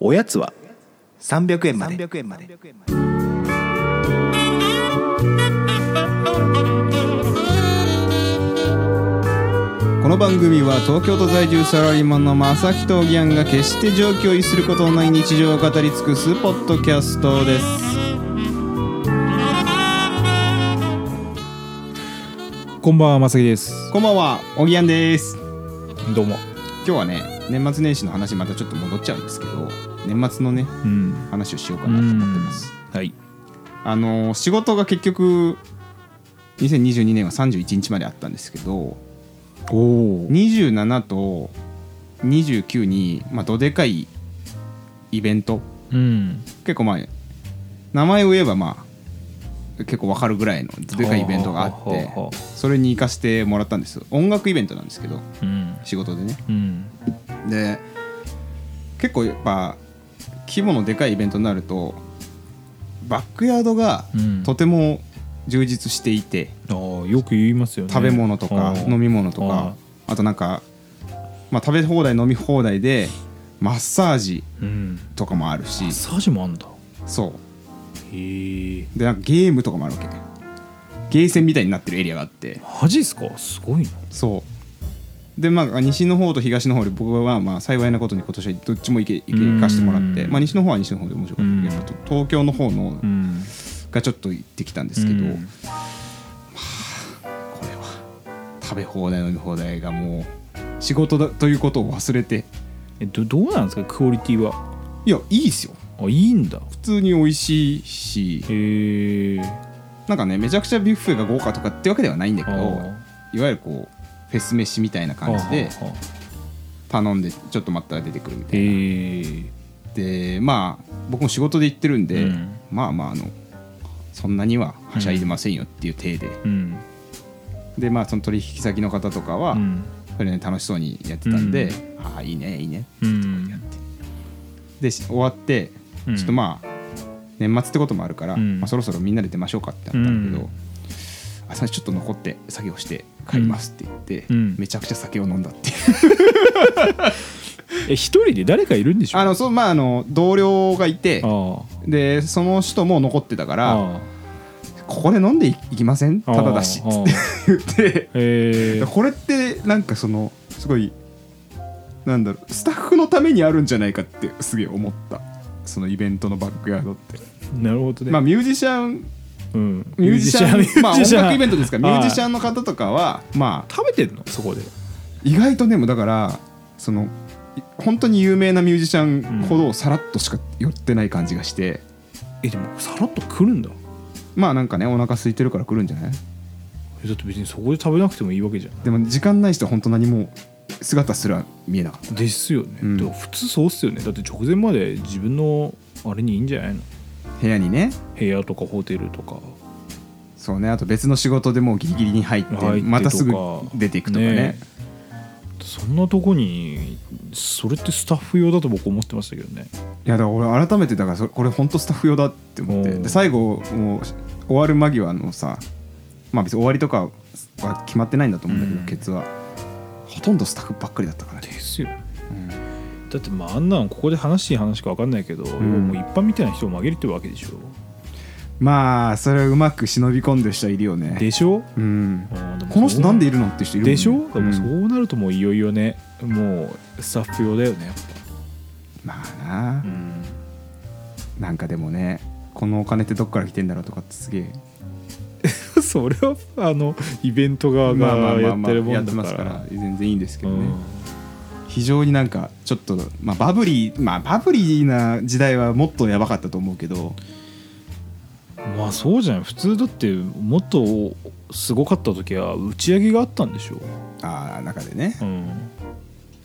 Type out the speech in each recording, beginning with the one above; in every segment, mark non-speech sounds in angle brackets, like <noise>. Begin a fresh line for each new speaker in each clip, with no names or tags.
おやつは
300円まで
300円まで
この番組は東京都在住サラリーマンの正木とおぎやんが決して上気を逸することのない日常を語り尽くすポッドキャストです
こんばんは、まさきです。
こんばんはおぎやんです
どうも。
今日はね年末年始の話またちょっと戻っちゃうんですけど年末のね
うん。
話をしようかなと思ってます
はい。
あのー仕事が結局2022年は31日まであったんですけど
おお。
27と29に、まあ、どでかいイベント
うん。
結構まあ名前を言えばまあ結構わかるぐらいのでかいイベントがあっ
ほうほう
て
ほうほう
それに行かせてもらったんです音楽イベントなんですけど
うん。
仕事でね
うん。
で結構やっぱ規模のでかいイベントになるとバックヤードが
うん
とても充実していて、
ああ、よく言いますよね。
食べ物とか飲み物とかあとなんか、まあ、食べ放題飲み放題でマッサージ
物。うん。
とかもあるし
マッサージもあんだ。
そう
へえ。
でなんかゲームとかもあるわけねゲーセンみたいになってるエリアがあって
マジっすかすごいな。
そうでまあ西の方と東の方で僕はまあ幸いなことに今年はどっちも行け行け行かしてもらって、
うん
まあ、西の方は西の方で面白かったけど、
うん
あと東京の方の
うん。
がちょっと行ってきたんですけど、
うん
これは食べ放題飲み放題がもう仕事だということを忘れて
えどどうなんですかクオリティは。
いやいいですよ
あ、いいんだ。
普通に美味しいし
へえ。
なんかねめちゃくちゃビュッフェが豪華とかってわけではないんだけどいわゆるこうフェス飯みたいな感じで
はあはあはあ
頼んでちょっと待ったら出てくるみたいな、
へえ。
でまあ僕も仕事で行ってるんで、
うん
まあまああのそんなにははしゃいでませんよっていう体で、
うん。
でまあその取引先の方とかは、
うん。
それね楽しそうにやってたんで、ああいいねいいね
うん。
でし終わってち
う
ょ
ん
っとまあ、年末ってこともあるから、
うん
まあ、そろそろみんなで出ましょうかってなったんだけど、
うん
あさちょっと残って作業して帰りますって言って、
うん
めちゃくちゃ酒を飲んだっていう
え、一人で誰かいるんでしょ
あのそうまああの同僚がいて
あ
でその人も残ってたか
あ。
ら
あ
ここで飲んでいきません
あ。
ただだし
ああ
っつって
へ
<laughs>
え。
これってなんかそのすごいなんだろうスタッフのためにあるんじゃないかってすげえ思ったそのイベントのバックヤードって、
なるほどね。
まあミュージシャン
うん、
ミュージシャンまあ音楽イベントですからミュージシャ
ン
ンの方とかはまあ
食べてるのそこで
意外とでもだからそのい本当に有名なミュージシャンほどさらっとしか寄ってない感じがして、
えでもさらっと来るんだ
まあなんかねお腹空いてるから来るんじゃない
えだって別にそこで食べなくてもいいわけじゃ
でも時間ない人は本当何も姿すら見えなかった
んですよね、
うん
だから普通そうっすよねだって直前まで自分のあれにいいんじゃないの
部屋にね
部屋とかホテルとか
そうねあと別の仕事でもうギリギリに入って
入ってとか
またすぐ出ていくとかね
ねそんなとこにそれってスタッフ用だと僕思ってましたけどね
いやだから俺改めてだからそれこれ本当スタッフ用だって思って
おう
で最後もう終わる間際のさまあ別に終わりとかは決まってないんだと思うんだけど、
うん
ケツはほとんどスタッフばっかりだったからね
ですよね
うん
だってまああんなんここで話していい話か分かんないけど、
ん
もう一般みたいな人を紛れてるわけでしょ
まあそれをうまく忍び込んでる人はいるよね
でしょ
うん
うんでも
この人なんで
そう
いるのって人いるもんね
でしょ、でもそ
うん
うなるともういよいよねもうスタッフ用だよねやっ
まあな、
ぱうん
なんかでもねこのお金ってどっから来てんだろうとかってすげえ
<laughs> それはあのイベント側がやってるも
やっ
ん
て
だ
ます
か
からら全然いいんですけ
う
どね、
ん
非常になんかちょっと、まあ、バブリーまあバブリーな時代はもっとやばかったと思うけど
まあそうじゃん普通だってもっとすごかった時は打ち上げがあったんでしょ
ああ中でね
うん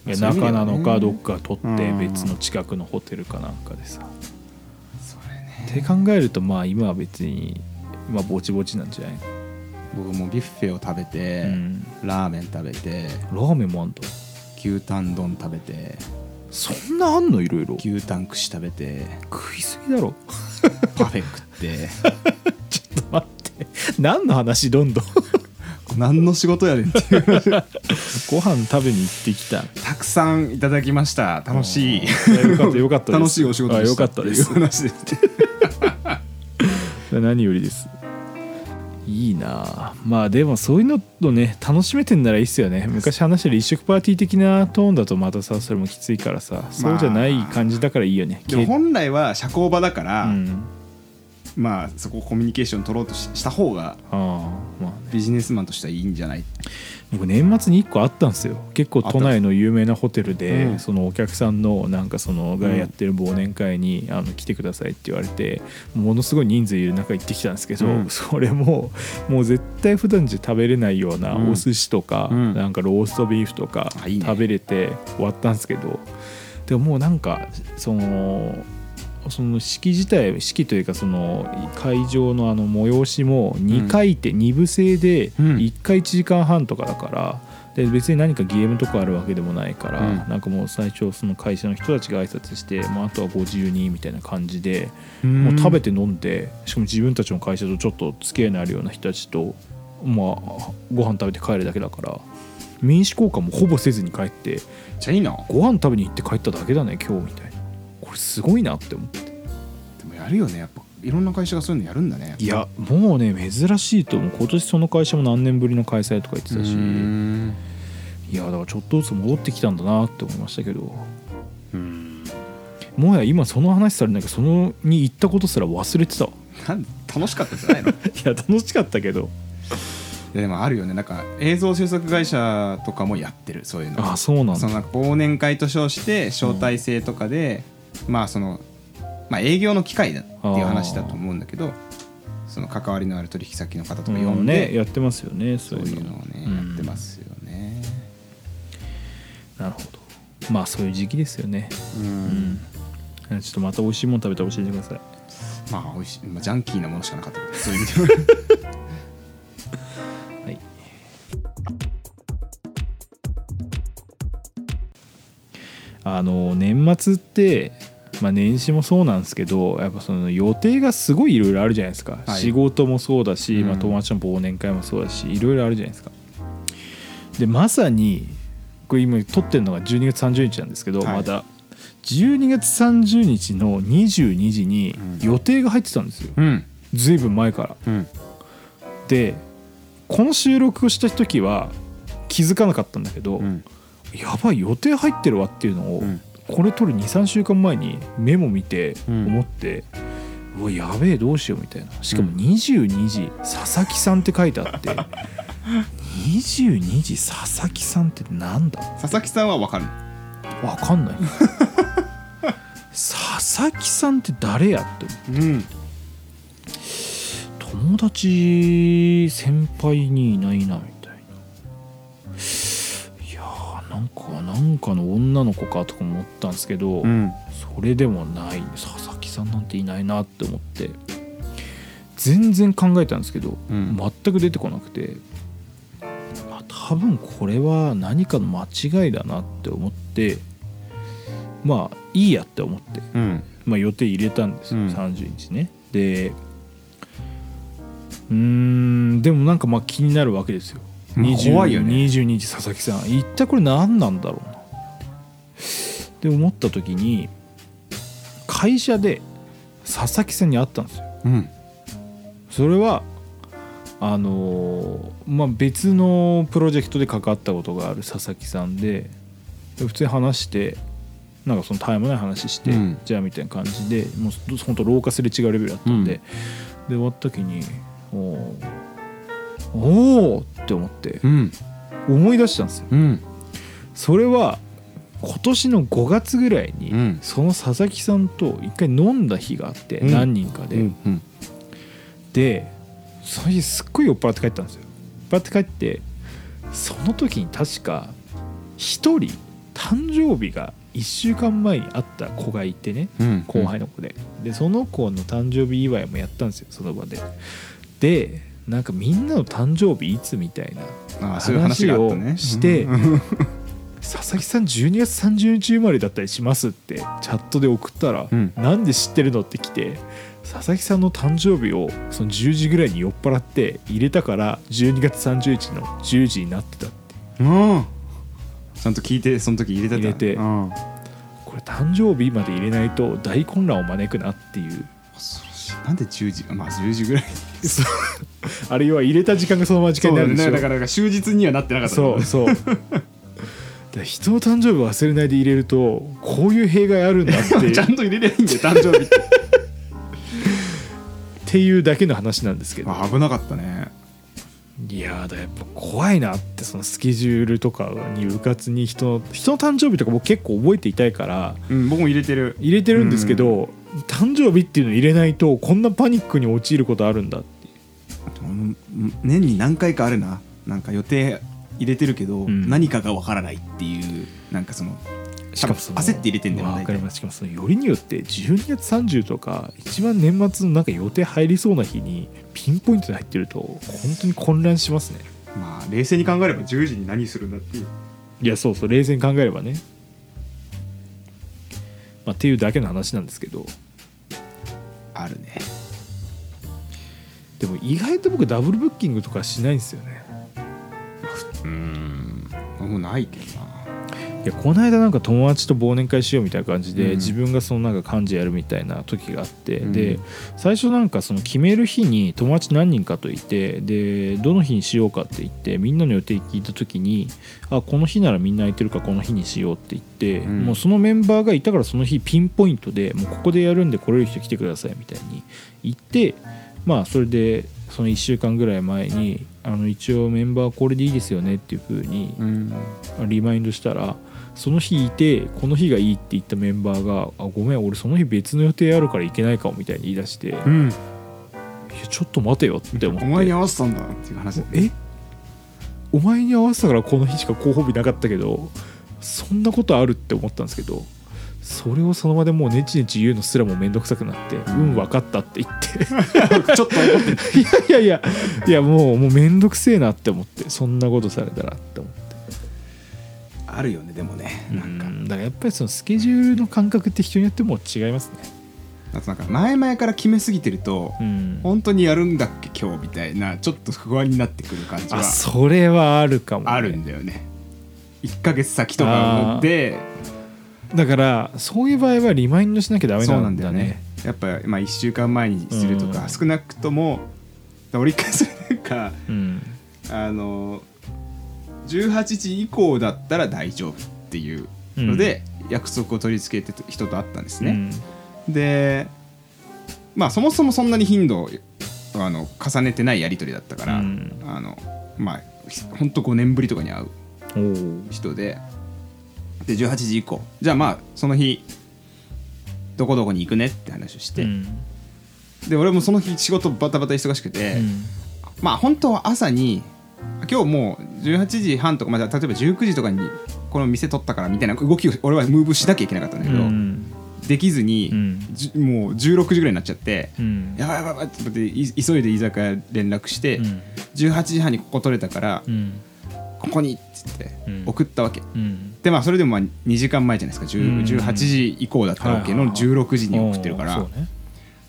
いや
そういう意味では
中
ね
なのかどっか取って
うん
別の近くのホテルかなんかでさ
それね
って考えるとまあ今は別にまあぼちぼちなんじゃない
僕もビュッフェを食べて、
うん
ラーメン食べて
ラーメンもあんだ
牛タン丼食べて
そんなあんのいろいろ
牛タン串食べて
食いすぎだろ <laughs>
パフェ食って <laughs>
待って何の話どんどん
こ何の仕事やねんっていう
ご飯食べに行ってきた
たくさんいただきました楽しい
よかったよかったです
楽しいお仕事で
あ
し
よ
た
かったで
ってい
す
う話です
何よりですいいなあまあでもそういうのとね楽しめてんならいいっすよね昔話してる一食パーティー的なトーンだとまたさそれもきついからさそうじゃない感じだからいいよね、
でも
け
本来は社交場だから、
うん
まあそこをコミュニケーション取ろうとしした方が
ああまあね
ビジネスマンとしてはいいんじゃない
僕年末に1個あったんですよ結構都内の有名なホテルで、
うん
そのお客さんのなんかそのがやってる忘年会に、あの来てくださいって言われてものすごい人数いる中行ってきたんですけど、
うん
それももう絶対普段じゃ食べれないような
うん
お寿司とか、
うん
なんかローストビーフとか
あいいね
食べれて終わったんですけど、でももうなんかそのその式自体式というかその会場のあの催しも2回って2部制で
うん
1回1時間半とかだから、で別に何かゲームとかあるわけでもないから、
うん
なんかもう最初その会社の人たちが挨拶して、まあ、あとはご自由にみたいな感じで、もう食べて飲んでしかも自分たちの会社とちょっと付き合いのあるような人たちと、まあ、ご飯食べて帰るだけだから民主交換もほぼせずに帰って
めっちゃいいな
ご飯食べに行って帰っただけだね今日みたいなこれすごいなって思って。
でもやるよねやっぱいろんな会社がそういうのやるんだね
いやもうね珍しいと思う今年その会社も何年ぶりの開催とか言って
う
たし
ん
いやだからちょっとずつ戻ってきたんだなって思いましたけど
うん
もはや今その話されないけどそのに行ったことすら忘れてたわ
なん楽しかったんじゃないの
<laughs>
い
いや楽しかったけど
やでもあるよねなんか映像制作会社とかもやってるそういうの
ああそうなん
そ
だ
のなんか忘年会と称して招待制とかで、まあその、まあ、営業の機会だっていう話だと思うんだけどその関わりのある取引先の方とか呼
うん
んで、
ねやってますよねそ
そうう
い
いうう
の
のをね、
うん
やってますよね
なるほどまあそういう時期ですよね
うん、
うんちょっとまた美味しいもの食べて教えてください
まあ美味しい、まあ、ジャンキーなものしかなかったけどそういう意味では
はい。あの年末って、まあ、年始もそうなんですけどやっぱその予定がすごいいろいろあるじゃないですか、
はい
仕事もそうだし、
うん
まあ、友達の忘年会もそうだしいろいろあるじゃないですかでまさにこれ今撮ってるのが12月30日なんですけど、
はい
まだ12月30日の22時に
うん
予定が入ってたんですよ
うん
ずいぶん前から
うん
でこの収録をした時は気づかなかったんだけど、
うん
やばい予定入ってるわっていうのを、
うん
これ撮る23週間前にメモ見て
うん
思って、うわやべえどうしようみたいなしかも
うん
22時「佐々木さん」って書いてあって22時佐々木さんってなんだ
佐々木さんはわかる
わかんない佐々木さんって誰やって思って
うん
友達先輩にいないなみたいないやーなんかなんかの女の子かとか思ったんですけど、
うん
それでもない佐々木さんなんていないなって思って全然考えたんですけど、
うん
全く出てこなくて、まあ、多分これは何かの間違いだなって思ってまあいいやって思って
うん
まあ、予定入れたんですよ、
うん
30日ねでうーんでもなんかまあ気になるわけですよ
まあ
20
怖いよね
22時佐々木さん一体これ何なんだろうなって思った時に会社で佐々木さんに会ったんですよ
うん
それはあのーまあ、別のプロジェクトで関わったことがある佐々木さんでで普通に話してなんかそのタイムない話して、
うん
じゃあみたいな感じでもう本当廊下すれ違うレベルだったんで、
う
で
ん
終わった時におーおーって思って
うん
思い出したんですよ。
うん
それは今年の5月ぐらいに、
うん
その佐々木さんと一回飲んだ日があって、
うん
何人かで。
うん
でその日すっごい酔っ払って帰ったんですよ酔っ払って帰ってその時に確か一人誕生日が1週間前に会った子がいてね
うん
後輩の子ででその子の誕生日祝いもやったんですよその場ででなんかみんなの誕生日いつみたいな
ああそういう話があったね
話をして
うん
「 <laughs> 佐々木さん12月30日生まれだったりしますってチャットで送ったら、
うん
なんで知ってるのって来て佐々木さんの誕生日をその10時ぐらいに酔っ払って入れたから12月30日の10時になってたって
うんちゃんと聞いてその時入れてた
入れて
うん、
これ誕生日まで入れないと大混乱を招くなっていう
恐ろしいなんで10時まあ10時ぐらい
あるいは入れた時間がそのまま時間になるんでしょ
だから終日にはなってなかった
そうそう <laughs> だから人の誕生日忘れないで入れるとこういう弊害あるんだっていう
<laughs> ちゃんと入れりゃいいんだよ誕生日って
っていうだけの話なんですけど
あ危なかったね
いやーだからやっぱ怖いなってそのスケジュールとかにうかつに人の人の誕生日とか僕結構覚えていたいから
うん僕も入れてる
入れてるんですけど、誕生日っていうの入れないとこんなパニックに陥ることあるんだっていう
うん年に何回かあるななんか予定入れてるけど、
ん
何かがわからないっていうなんかその
しかもその
多分焦って入れてんだよ
わ
ね
かりますしかもそのよりによって12月30とか一番年末のなんか予定入りそうな日にピンポイントで入ってると本当に混乱しますね
まあ冷静に考えれば10時に何するんだっていう
いやそうそう冷静に考えればね、まあ、っていうだけの話なんですけど
あるね
でも意外と僕ダブルブッキングとかしないんですよね
うんもうないけどない
やこの間なんか友達と忘年会しようみたいな感じで、
うん
自分がそのなんか漢字やるみたいな時があって、
うん
で最初なんかその決める日に友達何人かといてでどの日にしようかって言ってみんなの予定聞いた時にあこの日ならみんな空いてるからこの日にしようって言って、
うん
もうそのメンバーがいたからその日ピンポイントでもうここでやるんで来れる人来てくださいみたいに言ってまあそれでその1週間ぐらい前にあの一応メンバーこれでいいですよねっていう風に
うん
リマインドしたらその日いてこの日がいいって言ったメンバーが「あごめん俺その日別の予定あるから行けないかも」みたいに言い出して「いや
うん
ちょっと待てよ」って思っ
お
て
前に合わせたんだっていう <laughs> 話
えお前に合わせたからこの日しか候補日なかったけどそんなことあるって思ったんですけどそれをその場でもうネチネチ言うのすらも面倒くさくなって「うん分かった」って言って
ちょっと怒ってる
いやいやいやいやもうもうめんどくせえなって思ってそんなことされたらって思って
あるよねでもね
な
なんん
か
か
だからやっぱりそのスケジュールの感覚って人によってもう違いますね
あとなんか前々から決めすぎてると、
うん
本当にやるんだっけ今日みたいなちょっと不安になってくる感じは
あそれはあるかもね、
あるんだよね1ヶ月先とかで
だからそういう場合はリマインドしなきゃダメ
そう
な
なん
ん
だ
だ
よね
ね
やっぱ、まあ、1週間前にするとか、
うん
少なくとも俺一回それなんか
うん
あの18時以降だったら大丈夫っていうので、約束を取り付けて人と会ったんですね、でまあそもそもそんなに頻度をあの重ねてないやり取りだったから、
うん
あのまあひほんと5年ぶりとかに会う
うん、おお
人でで18時以降じゃあまあその日どこどこに行くねって話をして、
うん
で俺もその日仕事バタバタ忙しくて、まあ本当は朝に今日もう18時半とか、まあ、例えば19時とかにこの店取ったからみたいな動きを俺はムーブしなきゃいけなかったんだ
う
けど、
ん
できずに、
うん
じゅもう16時ぐらいになっちゃって、
うん
やばいやばいやばいって思ってい急いで居酒屋連絡して、
うん
18時半にここ取れたから、
うん
ここにっつって
うん
送ったわけ、
うん
でまあそれでもまあ2時間前じゃないですか
うん
10 18時以降だったわけの
はいはいはい
16時に送ってるから
そうね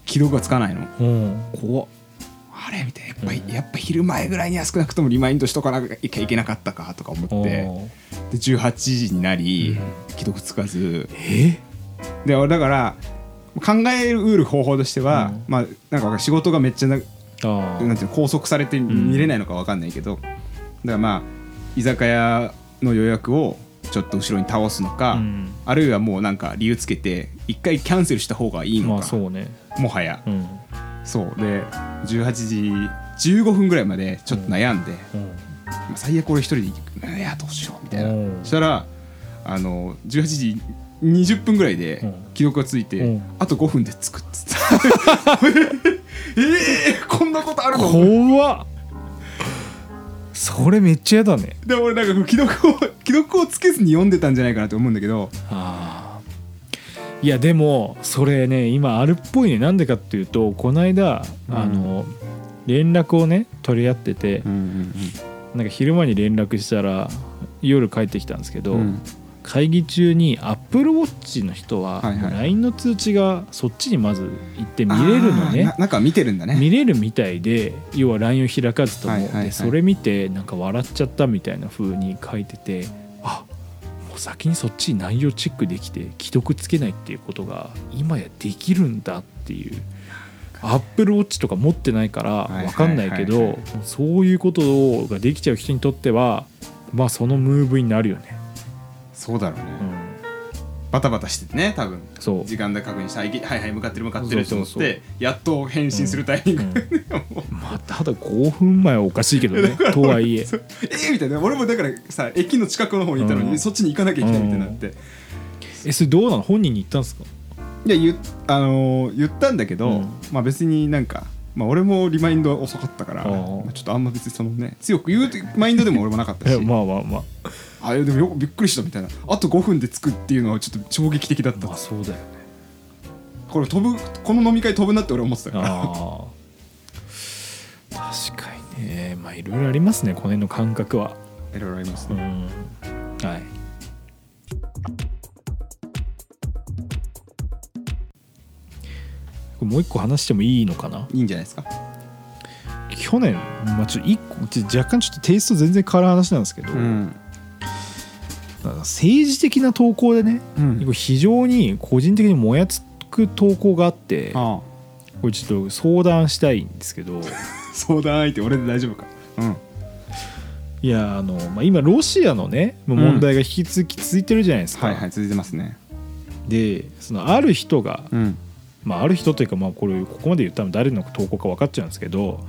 記録がつかないの
うん怖っ
あれみたいなやっぱり、やっぱ昼前ぐらいには少なくともリマインドしとかなきゃいけなかったかとか思って
お
で
ー
18時になり、
う
既読つかず
え
で俺だから考えうる方法としては、
うん
まあなんか仕事がめっちゃな
あ
なん
ー
ていうの拘束されて見れないのかわかんないけど、だからまあ居酒屋の予約をちょっと後ろに倒すのか、
うん
あるいはもうなんか理由つけて一回キャンセルした方がいいの
ま
か、
あそうね
もはや、
うん
そうで18時15分ぐらいまでちょっと悩んで、
うん
まあ最悪俺一人で行くいやどうしようみたいな、
うん
そしたらあの18時20分ぐらいで
うん
記録がついて、
うん
あと5分で着くっつって <laughs> ええこんなことあるの
怖っそれめっちゃ嫌だね
で俺なんか既読を既読をつけずに読んでたんじゃないかなと思うんだけど
あーいやでもそれね今あるっぽいねなんでかっていうとこの間、
うん
あの連絡をね取り合ってて、
ん
なんか昼間に連絡したら夜帰ってきたんですけど、
うん
会議中に AppleWatch の人は
はいはい
LINE の通知がそっちにまず行って見れるのね、
あーななんか見てるんだね
見れるみたいで要は LINE を開かずとも、
はいはいはい
でそれ見てなんか笑っちゃったみたいな風に書いててあもう先にそっちに内容チェックできて既読つけないっていうことが今やできるんだっていう。アップルウォッチとか持ってないから
いはいはい
分かんないけど、そういうことができちゃう人にとってはまあそのムーブになるよね、
そうだろうね、
うん、
バタバタしててね多分
そう
時間で確認したはいはいはい向かってる向かってると思って
そうそうそ
やっと返信するタイミン <laughs> グ、もう
まあただ5分前はおかしいけどねとはいえ
<laughs> そうえみたいな俺もだからさ駅の近くの方にいたのに、
うん
そっちに行かなきゃいけないみたいになって、
えそれどうなの本人に言ったんですか
いや言,、あのー言ったんだけど、
うん
まあ別になんか、まあ、俺もリマインド遅かったから、
ああ
まあちょっとあんま別にそのね強く言うマインドでも俺もなかった
え
し、
まあまあまあ
あいやでもよびっくりしたみたいなあと5分で着くっていうのはちょっと衝撃的だった、
まあそうだよね
これ飛ぶこの飲み会飛ぶなって俺思ってたから
あー確かにねまあいろいろありますねこの辺の感覚は
いろいろあります
う
ね、
んはいこれもう一個話してもいいのかない
いんじゃないですか
去年、まあ、ちょっと一個ちょっと若干ちょっとテイスト全然変わる話なんですけど、
うん、
なんか政治的な投稿でね
うん
これ非常に個人的にもやつく投稿があって
あ
これちょっと相談したいんですけど
あ相談相手俺で大丈夫かうん
いやあの、まあ、今ロシアのね
ん
問題が引き続き続いてるじゃないですか、
はいはい続いてますね
でそのある人が、
うん
まあ、ある人というか、まあ、これここまで言ったら誰の投稿か分かっちゃうんですけど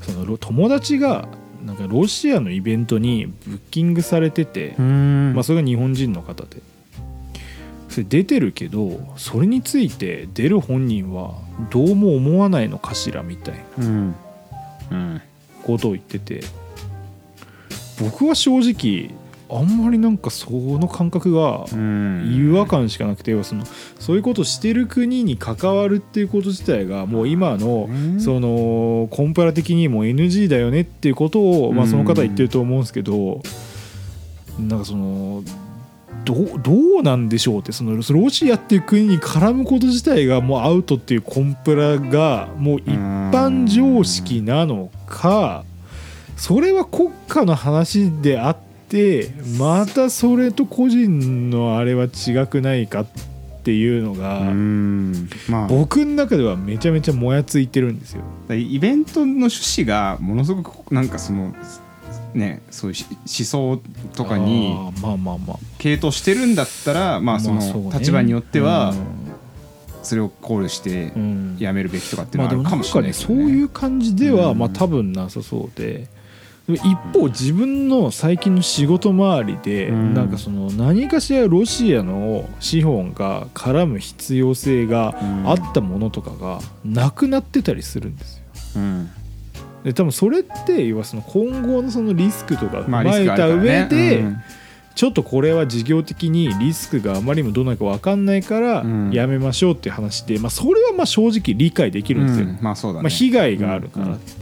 そのろ友達がなんかロシアのイベントにブッキングされてて、
ん
まあ、それが日本人の方でそれ出てるけどそれについて出る本人はどうも思わないのかしらみたいな
うんうん
ことを言ってて僕は正直あんまりなんかその感覚が違和感しかなくて要はそのそういうことをしてる国に関わるっていうこと自体がもう今の
ね
そのコンプラ的にも NG だよねっていうことを、まあ、
うん
その方は言ってると思うんですけどなんかそのどうどうなんでしょうってそのロシアっていう国に絡むこと自体がもうアウトっていうコンプラがもう一般常識なのかそれは国家の話であってまたそれと個人のあれは違くないかっていうの
う
が
んまあ
僕の中ではめちゃめちゃもやついてるんですよ。
イベントの趣旨がものすごくなんかそのねそういうし思想とかに
あーまあまあまあ
傾倒してるんだったらまあそ
そうね
の立場によっては
うん
それを考慮して
うん
やめるべきとかっていう
ま
の
あでも
はある
な
か
ん
もしれ
か
ない
ね
け
そ
ど
う
ね
いう感じでは
うん
まあ多分なさそうででも一方自分の最近の仕事周りで
うん
なんかその何かしらロシアの資本が絡む必要性があったものとかがなくなってたりするんですよ。
うん
で多分それって要はその今後のそのリスクとか
まあ
踏
リ
ま
ス
え
クあるか
た
らね
上で
うん
ちょっとこれは事業的にリスクがあまりにもどうなるか分かんないから
うん
やめましょうっていう話で、まあ、それはまあ正直理解できるんですよ、
うんまあそうだね
まあ、被害があるからって、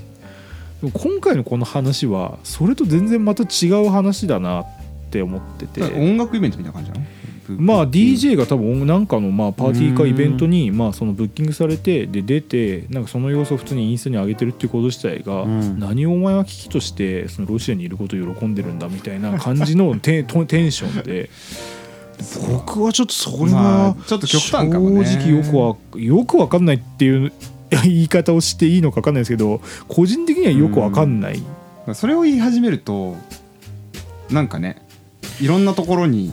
でも今回のこの話はそれと全然また違う話だなって思ってて、
音楽イベントみたいな感じなの
まあ DJ が多分なんかのまあパーティーかイベントにまあそのブッキングされてで出てなんかその様子を普通にインスタに上げてるっていうこと自体が
うん
何をお前は危機としてそのロシアにいることを喜んでるんだみたいな感じのテンテンテンションで僕はちょっとそれ
ま
は
あちょっと極端かもね
正直よくわよくわかんないっていう言い方をしていいのかわかんないですけど個人的にはよくわかんない
それを言い始めるとなんかねいろんなところに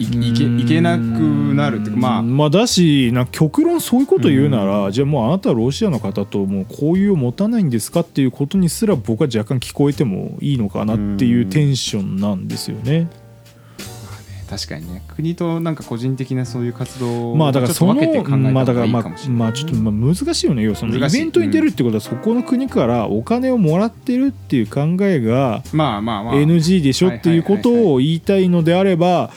いいけいけなくなるっていうかまあ
まあだしな極論そういうこと言うなら、じゃあもうあなたはロシアの方ともう交友を持たないんですかっていうことにすら僕は若干聞こえてもいいのかなっていうテンションなんですよね。
確かにね国となんか個人的なそういう活動を
まあだからその
ちょっと分けて考え
まあ
た
だから
方がいい
ま
かも
あ
しれない
まあちょっとまあ難しいよね要はそのイ
難しい
ベントに出るってことはそこの国からお金をもらってるっていう考えが
まあまあまあ
NG でしょ
はい
っ
はい
ていうことを言いたいのであれば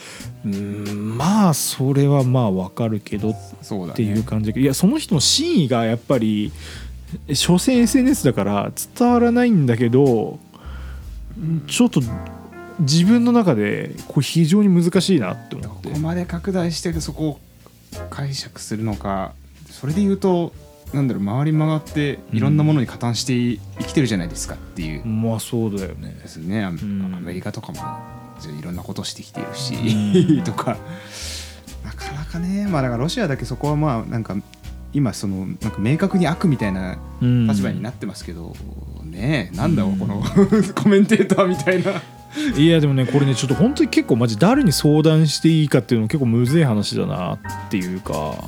うーんまあそれはまあわかるけど
そうだ
ってい
ね
う感じだけどいやその人の真意がやっぱり所詮 SNS だから伝わらないんだけどちょっと自分の中でこれ非常に難しいなって思って
ここまで拡大してそこを解釈するのかそれで言うとなんだろう回り回っていろんなものに加担してい生きてるじゃないですかっていう
まあそうだよね
ですねアメ
うん
アメリカとかもじゃあいろんなことしてきている
う
し
ん
<laughs> とかなかなかねまあだからロシアだけそこはまあなんか今そのなんか明確に悪みたいな立場になってますけど、ねえなんだろうこの <laughs> コメンテーターみたいな。
いやでもねこれねちょっと本当に結構マジ誰に相談していいかっていうのも結構むずい話だなっていうか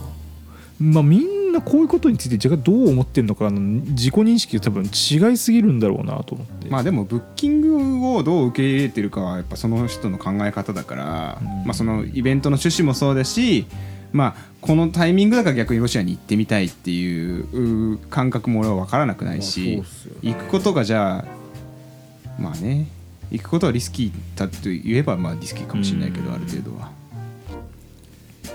まあみんなこういうことについて若干どう思ってるのかの自己認識が多分違いすぎるんだろうなと思って
まあでもブッキングをどう受け入れてるかはやっぱその人の考え方だから、
うん
まあ、そのイベントの趣旨もそうだし、まあ、このタイミングだから逆にロシアに行ってみたいっていうう感覚も俺は分からなくないし、
まあそうっ
行くことがじゃあまあね行くことはリスキーだと言えばまあリスキーかもしれないけど、
うん
ある程度は。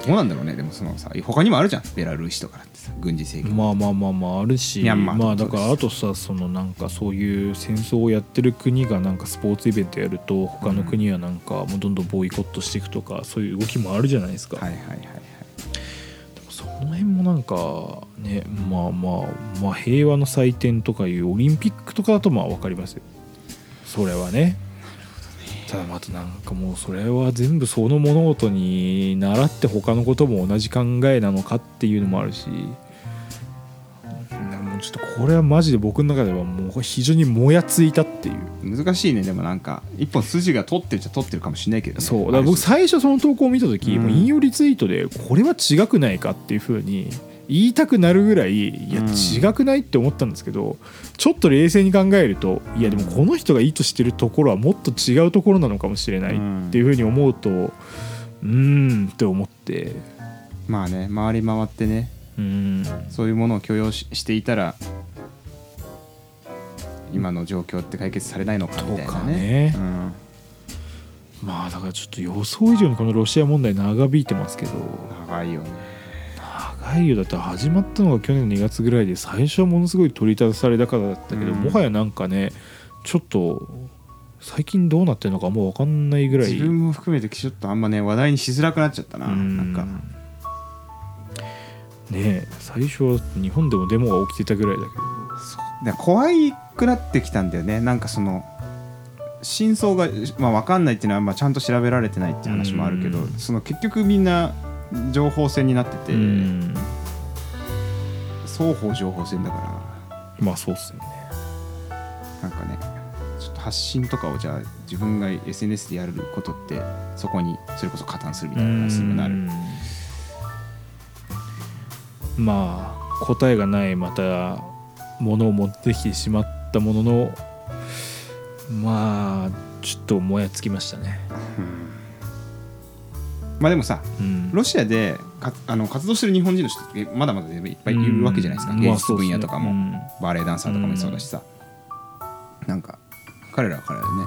どうなんだろうねでもそのさ他にもあるじゃんベラルーシとかだってさ軍事政権、
まあまあまあまああるし
ミャンマーとか
まあだからあとさそのなんかそういう戦争をやってる国がなんかスポーツイベントやると他の国はなんかもうどんどんボイコットしていくとかそういう動きもあるじゃないですか、
はいはいはいはい
その辺もなんかねまあまあまあ平和の祭典とかいうオリンピックとかだとまあ分かりますよそれはねただまたなんかもうそれは全部その物事に習って他のことも同じ考えなのかっていうのもあるしうんもうちょっとこれはマジで僕の中ではもう非常にもやついたっていう
難しいねでもなんか一本筋が取ってるっちゃ取ってるかもしれないけど、ね、
そうだから僕最初その投稿を見た時、
うん
もう引用リツイートでこれは違くないかっていうふうに言いたくなるぐらいいや
うん
違くないって思ったんですけど、ちょっと冷静に考えるといやでもこの人がいいとしてるところはもっと違うところなのかもしれないっていうふうに思うとうーんって思って
まあね回り回ってね
うん
そういうものを許容ししていたら今の状況って解決されないのかみたいなね
とかまあだからちょっと予想以上にこのロシア問題長引いてますけど
うん、長いよね
長いよだって始まったのが去年の2月ぐらいで最初はものすごい取り立たされだからだったけど、
うん
もはやなんかねちょっと最近どうなってるのかもう分かんないぐらい
自分も含めてちょっとあんまね話題にしづらくなっちゃったな
うん
なんか
ねえ最初は日本でもデモが起きてたぐらいだけど
そうで怖いくなってきたんだよねなんかその真相が、まあ、分かんないっていうのはまあちゃんと調べられてないっていう話もあるけど、
うん
その結局みんな情報戦になってて、
うん
双方情報戦だから
まあそうっすよね
なんかねちょっと発信とかをじゃあ自分が SNS でやることってそこにそれこそ加担するみたいな話にもなる
うんまあ答えがないまたものを持ってきてしまったもののまあちょっともやつきましたね、
まあでもさ
うん、
ロシアでかあの活動してる日本人の人ってまだまだいっぱいいるわけじゃないですか、
うん
芸
まあ
術
そうっす
分
ね
野とかも、バレエダンサーとかもそうだしさ、なんか彼らは彼らでね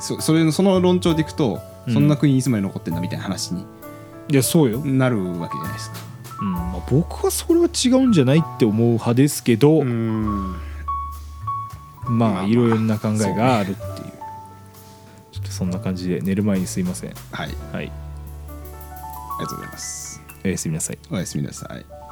そそれのその論調でいくと
うん
そんな国いつまで残ってんだみたいな話に
うんいやそうよ、うん
なるわけじゃないですか。
まあ、僕はそれは違うんじゃないって思う派ですけど、
うんま
ま
あ
あ
まあ
いろいろな考えがあるっていうちょっとそんな感じで寝る前にすいません
はいあり
はい
がとうございます。
おやすみなさい
おやすみなさい。